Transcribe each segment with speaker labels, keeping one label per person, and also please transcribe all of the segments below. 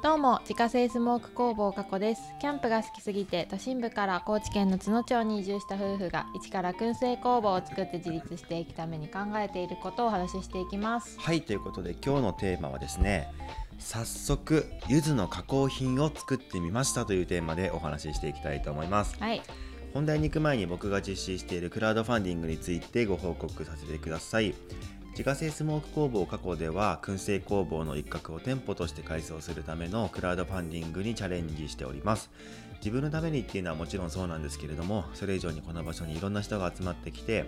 Speaker 1: どうも自家製スモーク工房加古ですキャンプが好きすぎて都心部から高知県の津野町に移住した夫婦が一から燻製工房を作って自立していくために考えていることをお話ししていきます
Speaker 2: はいということで今日のテーマはですね早速柚子の加工品を作ってみましたというテーマでお話ししていきたいと思います
Speaker 1: はい
Speaker 2: 本題に行く前に僕が実施しているクラウドファンディングについてご報告させてください自家製スモーク工房過去では燻製工房の一角を店舗として改装するためのクラウドファンディングにチャレンジしております自分のためにっていうのはもちろんそうなんですけれどもそれ以上にこの場所にいろんな人が集まってきて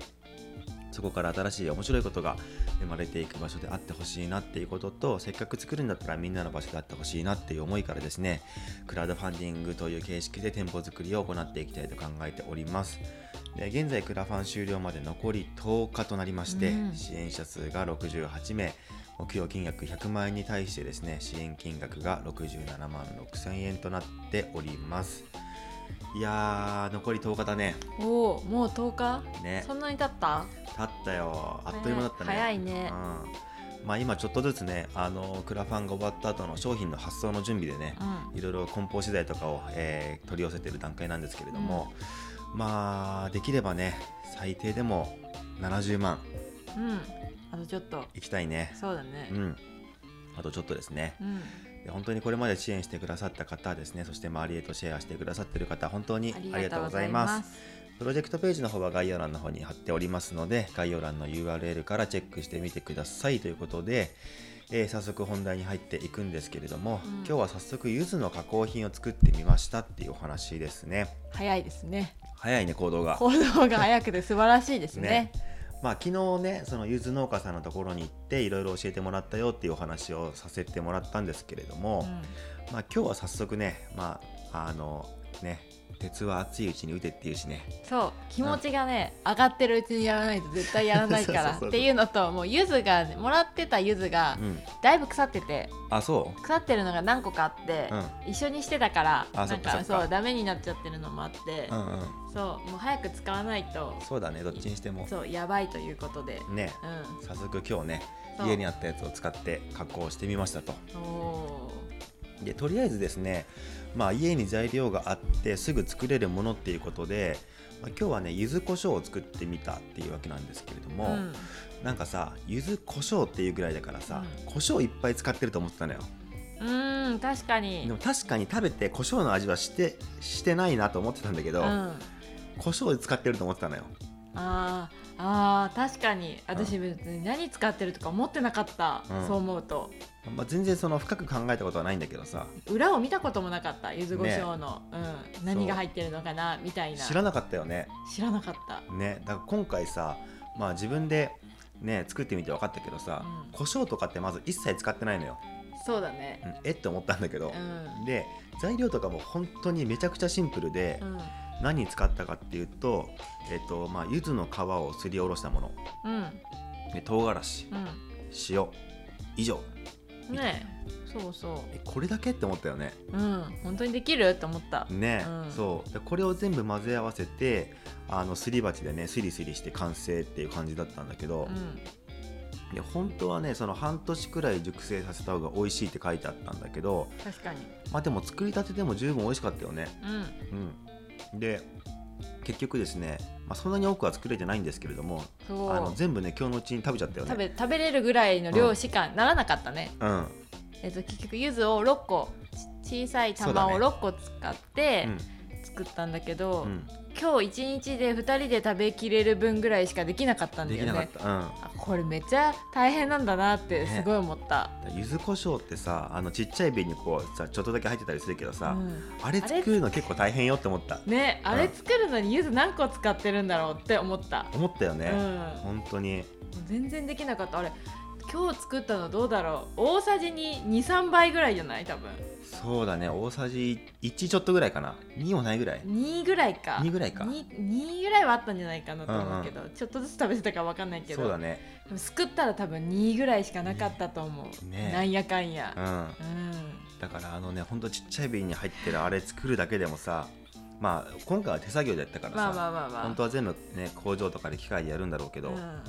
Speaker 2: そこから新しい面白いことが生まれていく場所であってほしいなっていうこととせっかく作るんだったらみんなの場所であってほしいなっていう思いからですねクラウドファンディングという形式で店舗作りを行っていきたいと考えておりますで現在クラファン終了まで残り10日となりまして、
Speaker 1: うん
Speaker 2: 支援者数が68名目標金額100万円に対してですね支援金額が67万6000円となっておりますいやー残り10日だね
Speaker 1: おおもう10日
Speaker 2: ね
Speaker 1: そんなに経った
Speaker 2: 経ったよあっという間だったね
Speaker 1: 早いね
Speaker 2: うんまあ、今ちょっとずつねあのクラファンが終わった後の商品の発送の準備でね、
Speaker 1: う
Speaker 2: いろいろ梱包資材とかを、えー取り寄せてる段階なんですけれども、まあできればね最低でも70万
Speaker 1: んうんあとちょっと
Speaker 2: いきたいね
Speaker 1: そうだね
Speaker 2: うんあとちょっとですね
Speaker 1: うん
Speaker 2: で本当にこれまで支援してくださった方ですねそして周りへとシェアしてくださってる方本当にありがとうございます
Speaker 1: す
Speaker 2: プロジェクトページの方は概要欄の方に貼っておりますので、概要欄の URL からチェックしてみてくださいということで、えー早速本題に入っていくんですけれども、
Speaker 1: うん
Speaker 2: 今日は早速柚子の加工品を作ってみましたっていうお話ですね。
Speaker 1: 早いですね
Speaker 2: 早いね、行動が。
Speaker 1: 行動が早くて素晴らしいですね
Speaker 2: ねまあ、昨日ね、その柚子農家さんのところに行って、いろいろ教えてもらったよっていうお話をさせてもらったんですけれども、
Speaker 1: うん
Speaker 2: まあ今日は早速ね、まあ、あの、ね、鉄は熱いうちに打てっていうしね、
Speaker 1: そう気持ちがね、上がってるうちにやらないと絶対やらないか
Speaker 2: そう
Speaker 1: ら
Speaker 2: そうそう
Speaker 1: っていうのともう柚子がねもらってた柚子が
Speaker 2: うん。
Speaker 1: だいぶ腐ってて
Speaker 2: あ、そ
Speaker 1: 腐ってるのが何個かあって、
Speaker 2: う
Speaker 1: 一緒にしてたから
Speaker 2: あ
Speaker 1: な
Speaker 2: そ
Speaker 1: ん
Speaker 2: っかそ
Speaker 1: か
Speaker 2: っか
Speaker 1: そうダメになっちゃってるのもあって
Speaker 2: う。う、んうん。
Speaker 1: そうもう早く使わないと
Speaker 2: そうだね、どっちにしても。
Speaker 1: そうやばいということで、
Speaker 2: ね
Speaker 1: う
Speaker 2: 早速今日ね
Speaker 1: そう
Speaker 2: 家にあったやつを使って加工してみましたと
Speaker 1: んお
Speaker 2: でとりあえずですね、まあ、家に材料があってすぐ作れるものっていうことで、まあ、今日はね柚子胡椒を作ってみたっていうわけなんですけれど
Speaker 1: ー
Speaker 2: も、
Speaker 1: うん
Speaker 2: なんかさ柚子胡椒っていうぐらいだからさ、
Speaker 1: うん
Speaker 2: 胡椒いっぱい使ってると思ってたのよ
Speaker 1: うーん確か
Speaker 2: で
Speaker 1: に
Speaker 2: も確かに食べて胡椒の味はしてしてないなと思ってたんだけど、
Speaker 1: うん
Speaker 2: 胡椒で使ってると思ってたのよ
Speaker 1: あーあー確かに私別に何使ってるとか思ってなかった、
Speaker 2: うん
Speaker 1: そう思うと
Speaker 2: まあ、全然その深く考えたことはないんだけどさ
Speaker 1: 裏を見たこともなかった柚子胡椒の、うん、何が入ってるのかなみたいな
Speaker 2: 知らなかったよね
Speaker 1: 知らなかった
Speaker 2: ねだから今回さまあ自分でね作ってみて分かったけどさ、
Speaker 1: うん
Speaker 2: 胡椒とかってまず一切使ってないのよ、
Speaker 1: そうだね
Speaker 2: うんえって思ったんだけど
Speaker 1: う、ん
Speaker 2: で材料とかも本当にめちゃくちゃシンプルで、
Speaker 1: うん
Speaker 2: 何使ったかっていうとえっとまあ柚子の皮をすりおろしたもの
Speaker 1: うん
Speaker 2: で唐辛子塩以上
Speaker 1: うんねそうそ
Speaker 2: えこれだけって思ったよね
Speaker 1: ううん本当にできると思った
Speaker 2: ね、
Speaker 1: うん
Speaker 2: そうでこれを全部混ぜ合わせてあのすり鉢でねすりすりして完成っていう感じだったんだけど、
Speaker 1: うん
Speaker 2: で本当はねその半年くらい熟成させた方が美味しいって書いてあったんだけど
Speaker 1: 確かに
Speaker 2: まあでも作りたてでも十分美味しかったよね
Speaker 1: うん
Speaker 2: うんで結局ですね、まあ、そんなに多くは作れてないんですけれども
Speaker 1: そ
Speaker 2: あの
Speaker 1: う
Speaker 2: 全部ね今日のうちに食べちゃったよね
Speaker 1: 食べ食べれるぐらいの量しかならなかったね、
Speaker 2: うん
Speaker 1: えっと、結局柚子を6個ち小さい
Speaker 2: そうだ
Speaker 1: 玉を
Speaker 2: ね
Speaker 1: 6個使って
Speaker 2: うん
Speaker 1: 作ったんだけど、
Speaker 2: うん
Speaker 1: 今日1日で2人で食べきれる分ぐらいしかできなかったんだ
Speaker 2: で
Speaker 1: よ
Speaker 2: き
Speaker 1: ね
Speaker 2: なかった、
Speaker 1: あこれめっちゃ大変なんだなってすごい思った、
Speaker 2: うん、柚子胡椒ってさあのちっちゃい瓶にこうさちょっとだけ入ってたりするけどさ、
Speaker 1: うん
Speaker 2: あれ作るの結構大変よって思った
Speaker 1: ねあれ作るのに柚子何個使ってるんだろうって思った、
Speaker 2: 思ったよ
Speaker 1: うん
Speaker 2: ね、本当に
Speaker 1: 全然できなかったあれ今日作ったのどうだろう大さじに23倍ぐらいじゃない多分
Speaker 2: そうだね大さじ1ちょっとぐらいかな2もないぐらい
Speaker 1: 2ぐらいか
Speaker 2: 2ぐらいか
Speaker 1: 2, 2ぐらいはあったんじゃないかなと思うけど、ちょっとずつ食べてたかわかんないけど
Speaker 2: そうだね
Speaker 1: でもすくったら多分2ぐらいしかなかったと思う、
Speaker 2: ね
Speaker 1: なんやかんや
Speaker 2: う、ん
Speaker 1: うん
Speaker 2: だからあのねほんとちっちゃい瓶に入ってるあれ作るだけでもさまあ今回は手作業だったからさ、
Speaker 1: まあまあまあまあ
Speaker 2: 本当は全部ね工場とかで機械でやるんだろうけど、
Speaker 1: うん、
Speaker 2: あ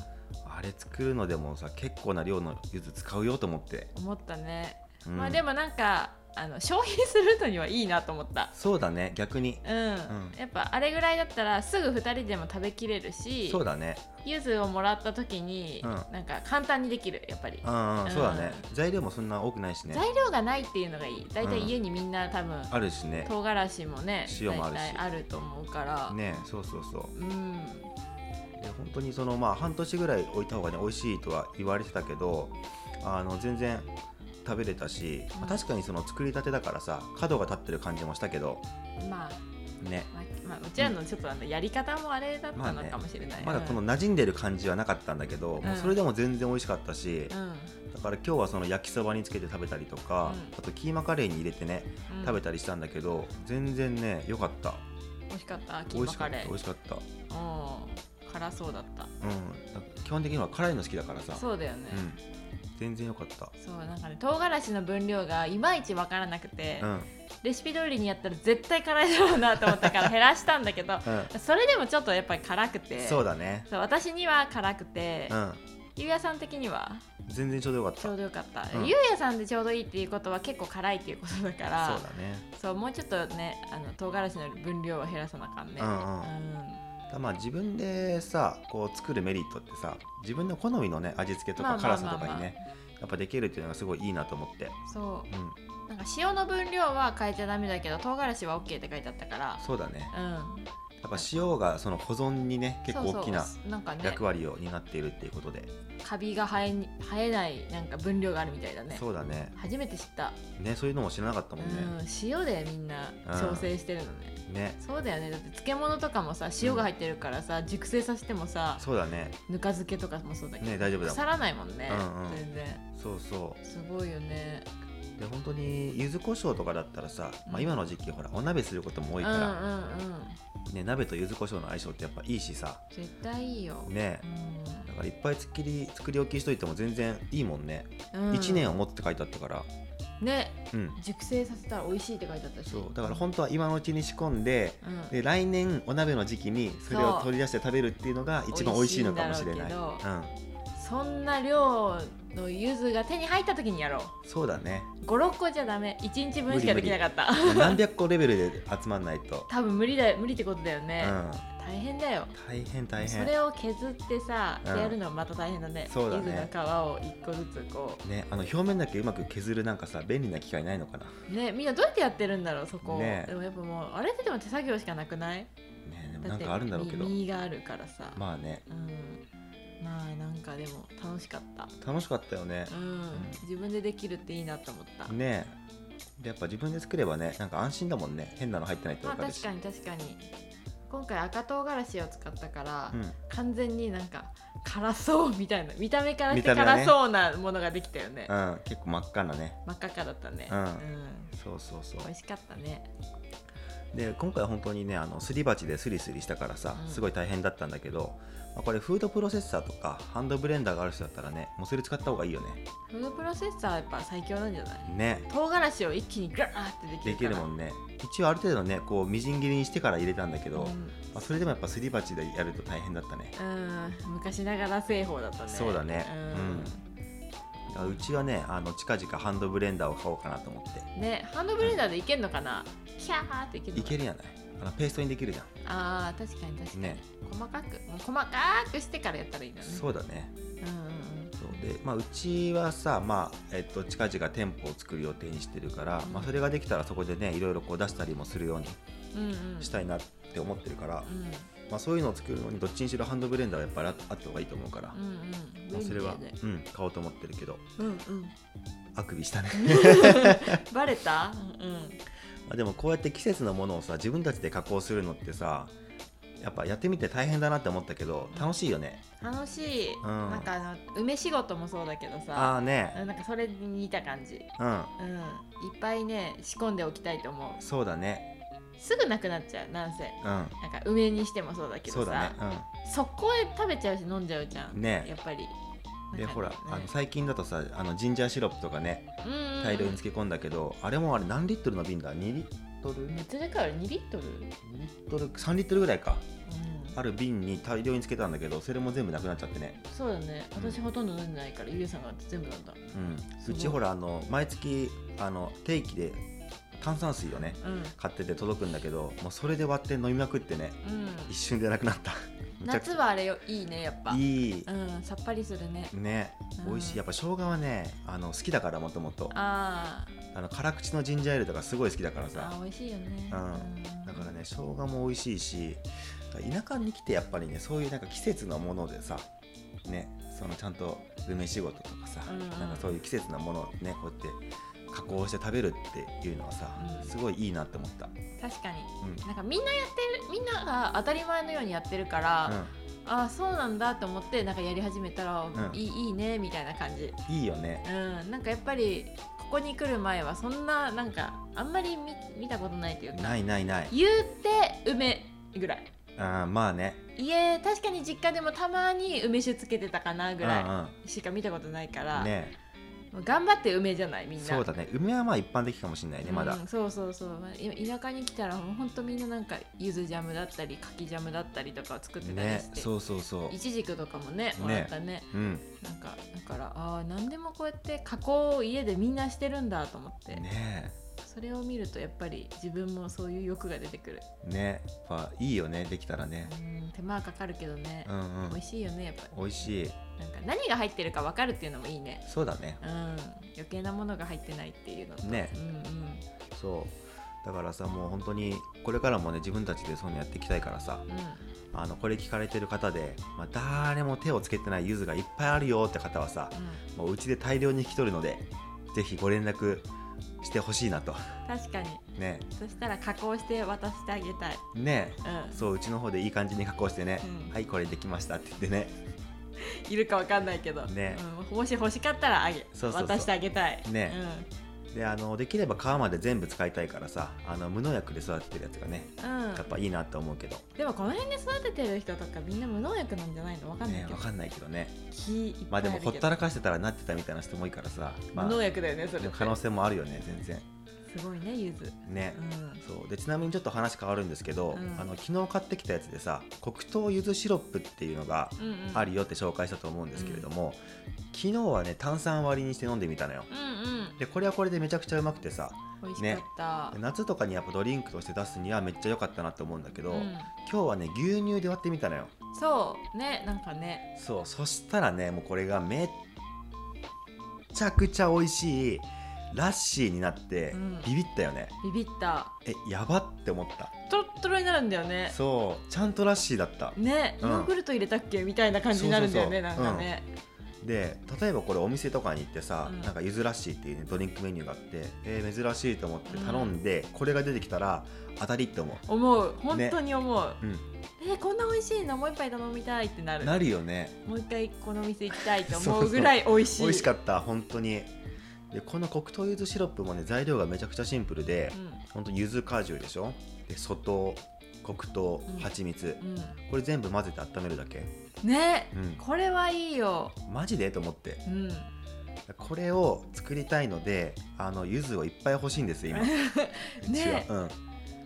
Speaker 2: れ作るのでもさ結構な量の柚子使うよと思って、
Speaker 1: 思ったね
Speaker 2: うん
Speaker 1: まあでもなんかあの消費するのにはいいなと思った
Speaker 2: そうだね逆に
Speaker 1: うん、やっぱあれぐらいだったらすぐ2人でも食べきれるし
Speaker 2: そうだね
Speaker 1: 柚子をもらった時に、
Speaker 2: うん
Speaker 1: なんか簡単にできるやっぱり、
Speaker 2: うん、
Speaker 1: う
Speaker 2: うんん、そうだね材料もそんな多くないしね
Speaker 1: 材料がないっていうのがいい大体
Speaker 2: うん
Speaker 1: 家にみんな多分
Speaker 2: あるしね
Speaker 1: 唐辛子もね
Speaker 2: 塩もあるし
Speaker 1: 大体あると思うから、
Speaker 2: ねそうそうそう
Speaker 1: うん
Speaker 2: で本当にそのまあ半年ぐらい置いた方がね美味しいとは言われてたけどあの全然食べれたし、まあ確かにその作りたてだからさ角が立ってる感じもしたけど
Speaker 1: まあ
Speaker 2: ね
Speaker 1: まあ、まあ、うちらのちょっとあのやり方もあれだったのかもしれない、
Speaker 2: まだこの馴染んでる感じはなかったんだけど、もうそれでも全然美味しかったし、
Speaker 1: うん、うん
Speaker 2: だから今日はその焼きそばにつけて食べたりとか、
Speaker 1: うん
Speaker 2: あとキーマカレーに入れてね
Speaker 1: うん
Speaker 2: 食べたりしたんだけど、全然ね良かった
Speaker 1: 美味しかったキ
Speaker 2: 美
Speaker 1: ー
Speaker 2: 味
Speaker 1: マ
Speaker 2: しか
Speaker 1: カ
Speaker 2: った
Speaker 1: レ
Speaker 2: 美
Speaker 1: ー
Speaker 2: 味しかった、うん、
Speaker 1: うん辛そうだった
Speaker 2: だから基本的には辛いの好きだからさ
Speaker 1: そうだよね、
Speaker 2: うん、全然良かった
Speaker 1: そうなんかね唐辛子の分量がいまいちわからなくて、
Speaker 2: うん
Speaker 1: レシピ通りにやったら絶対辛いだろうなと思ったから 減らしたんだけど
Speaker 2: う
Speaker 1: それでもちょっとやっぱり辛くて
Speaker 2: ん、そうだね
Speaker 1: そう私には辛くて、
Speaker 2: うん
Speaker 1: ゆうやさん的には
Speaker 2: 全然ちょうどよかった
Speaker 1: ちょうどよかった、
Speaker 2: うん
Speaker 1: ゆうやさんでちょうどいいっていうことは結構辛いっていうことだから
Speaker 2: そうだね
Speaker 1: そうもうちょっとねあの唐辛子の分量は減らさなあかんね、
Speaker 2: うんだまあ自分でさこう作るメリットってさ自分の好みのね味付けと
Speaker 1: まあ
Speaker 2: か
Speaker 1: まあまあ
Speaker 2: 辛さとかにねやっぱできるっていうのがすごいいいなと思って、
Speaker 1: うんそ
Speaker 2: うん、
Speaker 1: うなんか塩の分量は変えちゃダメだけど唐辛子は OK って書いてあったから
Speaker 2: そうだね
Speaker 1: うん
Speaker 2: やっぱ塩がその保存にね結構大きな
Speaker 1: そうそうなんかね
Speaker 2: 役割を担っているっていうことで、
Speaker 1: カビが生えに生えないなんか分量があるみたいだね
Speaker 2: そうだね
Speaker 1: 初めて知った、
Speaker 2: ねそういうのも知らなかったもん
Speaker 1: うん
Speaker 2: ね、
Speaker 1: 塩でみんな調整してるのね、
Speaker 2: ね
Speaker 1: そうだよねだって漬物とかもさ塩が入ってるからさ、熟成させてもさ
Speaker 2: そうだね
Speaker 1: ぬか漬けとかもそうだけど、
Speaker 2: ね大丈夫だもん
Speaker 1: 腐らないもんね、
Speaker 2: うんうん
Speaker 1: 全然
Speaker 2: そうそ
Speaker 1: すごいよね
Speaker 2: うで本当に柚子胡椒とかだったらさ、まあ、今の時期ほらお鍋することも多いか
Speaker 1: うん
Speaker 2: ら、
Speaker 1: うんうん
Speaker 2: ね、鍋と柚子胡椒の相性ってやっぱいいしさ
Speaker 1: 絶対いいよ、
Speaker 2: ねだからいっぱい作り作り置きしといても全然いいもんね、
Speaker 1: うんうん
Speaker 2: 1年をもって書いてあったから
Speaker 1: ね
Speaker 2: うん
Speaker 1: 熟成させたら美味しいって書いてあったし
Speaker 2: そうだから本当は今のうちに仕込んで
Speaker 1: うん
Speaker 2: で来年お鍋の時期にそれ
Speaker 1: そ
Speaker 2: を
Speaker 1: う
Speaker 2: 取り出して食べるっていうのが一番美味しいのかもしれ
Speaker 1: 美味しいん
Speaker 2: な
Speaker 1: だ
Speaker 2: い
Speaker 1: ろうけ
Speaker 2: うん、
Speaker 1: そんな量の柚子が手に入った時にやろう
Speaker 2: そうだね
Speaker 1: 56個じゃダメ1日分しかできなかった
Speaker 2: もう何百個レベルで集まんないと、
Speaker 1: 多分無理だ無理ってことだよ
Speaker 2: う
Speaker 1: ね、
Speaker 2: ん、
Speaker 1: 大変だよ
Speaker 2: 大変大
Speaker 1: そ
Speaker 2: 変
Speaker 1: れを削ってさ、
Speaker 2: うん
Speaker 1: やるのまた大変だね
Speaker 2: そうだ
Speaker 1: 柚
Speaker 2: ね
Speaker 1: 子の皮を一個ずつこ
Speaker 2: ねあの表面だけうまく削るなんかさ便利な機械ないのかな
Speaker 1: うねみんなどうやってやってるんだろうそこ、
Speaker 2: ね
Speaker 1: でもやっぱもうあれってでも手作業しかなくない
Speaker 2: ねでもなんかあるんだろうけど
Speaker 1: 身があるからさ、
Speaker 2: まあね
Speaker 1: うんまあなんかでも楽しかった
Speaker 2: 楽しかったよね
Speaker 1: うん、自分でできるっていいなと思った、
Speaker 2: ねでやっぱ自分で作ればねなんか安心だもんね変なの入ってないって
Speaker 1: ま
Speaker 2: わ
Speaker 1: あ
Speaker 2: かる
Speaker 1: 確
Speaker 2: し、
Speaker 1: かに確かに今回赤唐辛子を使ったから、
Speaker 2: うん
Speaker 1: 完全になんか辛そうみたいな見た目からして
Speaker 2: 見た目は
Speaker 1: 辛
Speaker 2: ね
Speaker 1: そうなものができたよね
Speaker 2: うん、結構真っ赤なね
Speaker 1: 真っ赤っかだったね
Speaker 2: うん
Speaker 1: ん
Speaker 2: そうそうそ
Speaker 1: 美味しかったね
Speaker 2: うで今回本当にねあのすり鉢でスリスリしたからさ
Speaker 1: うん
Speaker 2: すごい大変だったんだけど、まあこれフードプロセッサーとかハンドブレンダーがある人だったらねもうそれ使った方がいいよね
Speaker 1: フードプロセッサーはやっぱ最強なんじゃない
Speaker 2: ね
Speaker 1: 唐辛子を一気にガーってでき
Speaker 2: で
Speaker 1: る
Speaker 2: きるもんね一応ある程度ねこうみじん切りにしてから入れたんだけ
Speaker 1: うん、
Speaker 2: ど、まあ、それでもやっぱすり鉢でやると大変だったね
Speaker 1: うん昔ながら製法だったね
Speaker 2: そうだね
Speaker 1: う
Speaker 2: だからうちはねあの近々ハンドブレンダーを買おうかなと思って
Speaker 1: んねハンドブレンダーでいけるのかな、キャーっていけるの
Speaker 2: い
Speaker 1: かな
Speaker 2: けるやないあのペーストにできるじゃ
Speaker 1: あー確かに確か
Speaker 2: ん
Speaker 1: に、
Speaker 2: ね
Speaker 1: 細かくもう細かくしてからやったらいいんだね
Speaker 2: そうだね
Speaker 1: うんうんうん
Speaker 2: そうで、まあ、うちはさ、まあえっと、近々店舗を作る予定にしてるから、
Speaker 1: うん
Speaker 2: まあ、それができたらそこでねいろいろこう出したりもするように
Speaker 1: うんうん
Speaker 2: したいなって思ってるから、
Speaker 1: うん
Speaker 2: まあ、そういうのを作るのにどっちにしろハンドブレンダーはやっぱりああった方がいいと思うから、
Speaker 1: うんうん
Speaker 2: まあ、それは
Speaker 1: 便利だよね、
Speaker 2: うん、買おうと思ってるけど
Speaker 1: うんうん
Speaker 2: あくびしたね
Speaker 1: バレたうん
Speaker 2: まあでもこうやって季節のものをさ自分たちで加工するのってさやっぱやってみて大変だなって思ったけど楽しいよね
Speaker 1: 楽しい、
Speaker 2: ん
Speaker 1: なんかあの梅仕事もそうだけど
Speaker 2: あ
Speaker 1: さ
Speaker 2: あーね
Speaker 1: なんかそれに似た感じ
Speaker 2: うん
Speaker 1: うんいっぱいね仕込んでおきたいと思う
Speaker 2: そうだね
Speaker 1: すぐなくなっちゃうなんせ
Speaker 2: うん
Speaker 1: なんか梅にしてもそうだけ
Speaker 2: そ
Speaker 1: ど
Speaker 2: うだ
Speaker 1: さ
Speaker 2: ね、
Speaker 1: 速攻で食べちゃうし飲んじゃうじゃん
Speaker 2: ね
Speaker 1: やっぱり
Speaker 2: うんで
Speaker 1: なんかね
Speaker 2: ほらあの最近だとさあのジンジャーシロップとかね
Speaker 1: うんうんうん
Speaker 2: 大量に漬け込んだけど、あれもあれ何リットルの瓶だ2リットル2
Speaker 1: めっちゃでかいよ2リットル、うん、
Speaker 2: リットル3リットルぐらいかある瓶に大量につけたんだけどそれも全部なくなっちゃってね、
Speaker 1: そうだね
Speaker 2: うん
Speaker 1: 私ほとんど飲んでないから、ゆうさんが全部飲んだすご
Speaker 2: うん、う
Speaker 1: い
Speaker 2: ちほらあの毎月あの定期で炭酸水をね
Speaker 1: うん
Speaker 2: 買ってて届くんだけどもうそれで割って飲みまくってね
Speaker 1: うん
Speaker 2: 一瞬でなくなった めちゃくち
Speaker 1: 夏
Speaker 2: ゃ
Speaker 1: はあれよいいねやっぱ
Speaker 2: いい
Speaker 1: うんさっぱりするね
Speaker 2: ね
Speaker 1: うん
Speaker 2: 美味しいやっぱ生姜はねあの好きだからもともと
Speaker 1: あ
Speaker 2: あの辛口のジンジャーエールとかすごい好きだから
Speaker 1: ーあ
Speaker 2: さ
Speaker 1: ー美味しいよね
Speaker 2: うんだからね生姜も美味しいし田舎に来てやっぱりねそういうなんか季節のものでさねそのちゃんと梅仕事とかさ、
Speaker 1: うんうん
Speaker 2: なんかそういう季節のものをねこうやって加工して食べるっていうのはさ、
Speaker 1: うん
Speaker 2: すごいいいなって思った、うん
Speaker 1: 確かに
Speaker 2: うん
Speaker 1: なんかみんなやってるみんなが当たり前のようにやってるから、ああそうなんだと思ってなんかやり始めたら、
Speaker 2: ん
Speaker 1: いいいいねみたいな感じ、
Speaker 2: いいよね
Speaker 1: うん、なんかやっぱりここに来る前はそんななんかあんまり見見たことないというか
Speaker 2: ないないない
Speaker 1: 言うて梅ぐらい
Speaker 2: あーまあね
Speaker 1: 家確かに実家でもたまに梅酒つけてたかなぐ
Speaker 2: う
Speaker 1: ら
Speaker 2: ん
Speaker 1: いしか見たことないから、
Speaker 2: うん、ね
Speaker 1: もう頑張って梅じゃないみんな
Speaker 2: そうだね梅はまあ一般的かもしれないねまだ、
Speaker 1: うんそうそうそうい田舎に来たらもうほんとみんななんかゆずジャムだったり柿ジャムだったりとかを作ってたり
Speaker 2: ね
Speaker 1: して、
Speaker 2: そうそうそ
Speaker 1: いちじくとかもね
Speaker 2: ね
Speaker 1: もらったね
Speaker 2: ううん
Speaker 1: なんかだからああ何でもこうやって加工を家でみんなしてるんだと思って、
Speaker 2: ね
Speaker 1: それを見るとやっぱり自分もそういう欲が出てくる、
Speaker 2: ねやっぱいいよねできたらね
Speaker 1: うん手間はかかるけどね
Speaker 2: う、んうん
Speaker 1: 美味しいよねやっぱ
Speaker 2: 美味しい
Speaker 1: なんか何が入ってるか分かるっていうのもいいね
Speaker 2: そうだね
Speaker 1: うん余計なものが入ってないっていうのと
Speaker 2: ね
Speaker 1: うん
Speaker 2: そうだからさもう本当にこれからもね自分たちでそういうのやっていきたいからさ
Speaker 1: うんうん
Speaker 2: あのこれ聞かれてる方で、まあ、誰も手をつけてない柚子がいっぱいあるよって方はさ
Speaker 1: うん
Speaker 2: もううちで大量に引き取るのでぜひご連絡してほしいなと
Speaker 1: 確かに
Speaker 2: ね
Speaker 1: そしたら加工して渡してあげたい
Speaker 2: ね
Speaker 1: うん
Speaker 2: そううちの方でいい感じに加工してね、
Speaker 1: うん
Speaker 2: はいこれできましたって言ってね
Speaker 1: いるか分かんないけど、
Speaker 2: ね
Speaker 1: うん、もし欲しかったらあげ
Speaker 2: そうそうそう
Speaker 1: 渡してあげたい
Speaker 2: ねであのできれば皮まで全部使いたいからさあの無農薬で育ててるやつがね
Speaker 1: うん、うん
Speaker 2: やっぱいいなと思うけど、
Speaker 1: でもこの辺で育ててる人とかみんな無農薬なんじゃないのわかんない
Speaker 2: ね
Speaker 1: けど、
Speaker 2: わかんないけどね
Speaker 1: 木いっぱ
Speaker 2: まあ
Speaker 1: い
Speaker 2: で
Speaker 1: あ
Speaker 2: も
Speaker 1: る
Speaker 2: ほ
Speaker 1: けど
Speaker 2: ったらかしてたらなってたみたいな人も多いからさ、まあ、
Speaker 1: 無農薬だよねそれ
Speaker 2: で
Speaker 1: っ
Speaker 2: も
Speaker 1: て
Speaker 2: 可能性もあるよね全然
Speaker 1: すごいねゆず
Speaker 2: ね
Speaker 1: う、ん
Speaker 2: そうでちなみにちょっと話変わるんですけど、
Speaker 1: うん
Speaker 2: あの昨日買ってきたやつでさ黒糖ゆずシロップっていうのが
Speaker 1: うんうん
Speaker 2: あるよって紹介したと思うんですけれども、昨日はね炭酸割りにして飲んでみたのよ
Speaker 1: うんうん
Speaker 2: でこれはこれでめちゃくちゃうまくてさ
Speaker 1: 美味しかった、
Speaker 2: 夏とかにやっぱドリンクとして出すにはめっちゃ良かったなと思うんだけど、
Speaker 1: うん
Speaker 2: 今日はね牛乳で割ってみたのよ
Speaker 1: そうねなんかね
Speaker 2: そうそしたらねもうこれがめっちゃくちゃ美味しいラッシーになって
Speaker 1: うん
Speaker 2: ビビったよね、
Speaker 1: ビビった
Speaker 2: えやばって思った
Speaker 1: トロットロになるんだよね
Speaker 2: そうちゃんとラッシーだった
Speaker 1: ね
Speaker 2: う
Speaker 1: ヨ
Speaker 2: ん
Speaker 1: ーグルト入れたっけみたいな感じになるんだよね
Speaker 2: そう
Speaker 1: な
Speaker 2: そ
Speaker 1: ん
Speaker 2: うそう
Speaker 1: かね、
Speaker 2: で例えばこれお店とかに行ってさ、
Speaker 1: うん
Speaker 2: なんかゆずラッシーっていう、ね、ドリンクメニューがあって、えー珍しいと思って頼んで、これが出てきたら当たりって思
Speaker 1: 思う本当に思う、
Speaker 2: う、うん
Speaker 1: えーこんな美味しいのもう一杯頼みたいってなる
Speaker 2: なるよね
Speaker 1: もう一回この店行きたいと思うぐらい美味しい
Speaker 2: 美味しか
Speaker 1: っ
Speaker 2: った本当にでこの黒糖ゆずシロップもね材料がめちゃくちゃシンプルで、ほんとゆず果汁でしょで砂糖黒糖
Speaker 1: うん
Speaker 2: 蜂蜜、
Speaker 1: うん、
Speaker 2: これ全部混ぜて温めるだけ、
Speaker 1: うん、ね
Speaker 2: うん、
Speaker 1: これはいいよ
Speaker 2: マジでと思って
Speaker 1: うん
Speaker 2: これを作りたいのであのゆずをいっぱい欲しいんです今うちは
Speaker 1: ね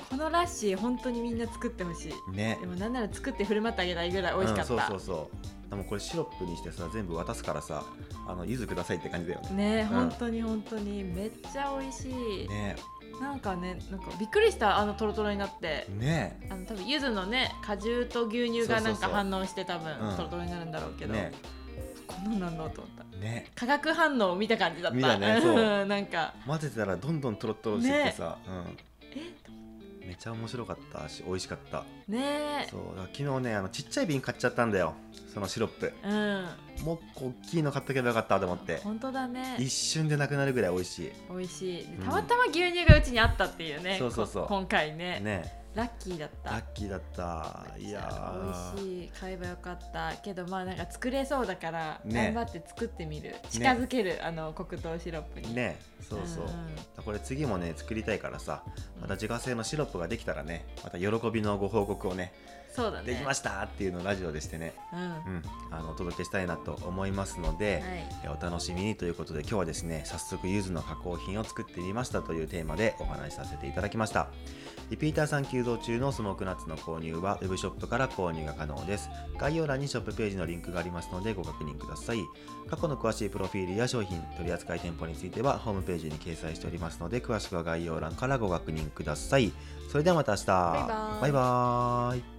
Speaker 1: このラッシー本当にみんな作ってほしい
Speaker 2: うん、ね
Speaker 1: でもなんなら作って振る舞ってあげたいぐらい美味しかった、
Speaker 2: うん、そうそうそうでもこれシロップにしてさ全部渡すからさあのゆずくださいって感じだよね
Speaker 1: ね
Speaker 2: ん
Speaker 1: 本当に本当にめっちゃ美味しい、
Speaker 2: ね
Speaker 1: なんかねなんかびっくりしたあのトロトロになって
Speaker 2: ね
Speaker 1: あの多分柚子のね果汁と牛乳がなん
Speaker 2: そうそうそ
Speaker 1: か
Speaker 2: う
Speaker 1: 反応して多分
Speaker 2: うん
Speaker 1: トロトロになるんだろうけど、
Speaker 2: ね
Speaker 1: こんなんなんだと思った
Speaker 2: ね
Speaker 1: 化学反応を見た感じだった
Speaker 2: 見たねそう ん
Speaker 1: なんか
Speaker 2: 混ぜてたらどんどんとろとろしてってさ、うん、めちゃ面白かったし美味しかった
Speaker 1: ねえ
Speaker 2: そうだから昨日ねあのちっちゃい瓶買っちゃったんだよそのシロップ
Speaker 1: うん
Speaker 2: もう一個大きいの買っとけばよかったと思って
Speaker 1: 本当だね
Speaker 2: 一瞬でなくなるぐらい美味し
Speaker 1: 美味しいで
Speaker 2: うん
Speaker 1: たまたま牛乳がうちにあったっていうね、
Speaker 2: そうそうそう
Speaker 1: こ今回ね
Speaker 2: いね
Speaker 1: ラッキーだった
Speaker 2: ラッキーだったいや
Speaker 1: 美味しい買えばよかったけどまあなんか作れそうだから、
Speaker 2: ね
Speaker 1: 頑張って作ってみる近づける、あの黒糖シロップ
Speaker 2: ー
Speaker 1: に
Speaker 2: ねそうそう、
Speaker 1: んん
Speaker 2: これ次もね作りたいからさまた自家製のシロップができたらねまた喜びのご報告をね
Speaker 1: そうだね
Speaker 2: できましたっていうのをラジオでしてね、
Speaker 1: うんは
Speaker 2: うん、あのお届けしたいなと思いますので、
Speaker 1: い
Speaker 2: えお楽しみにということで今日はですね早速ゆずの加工品を作ってみましたというテーマでお話しさせていただきましたリピーターさん急増中のスモークナッツの購入はウェブショップから購入が可能です概要欄にショップページのリンクがありますのでご確認ください過去の詳しいプロフィールや商品取扱店舗についてはホームページに掲載しておりますので詳しくは概要欄からご確認くださいそれではまた明日
Speaker 1: バイバーイ
Speaker 2: バイバーイ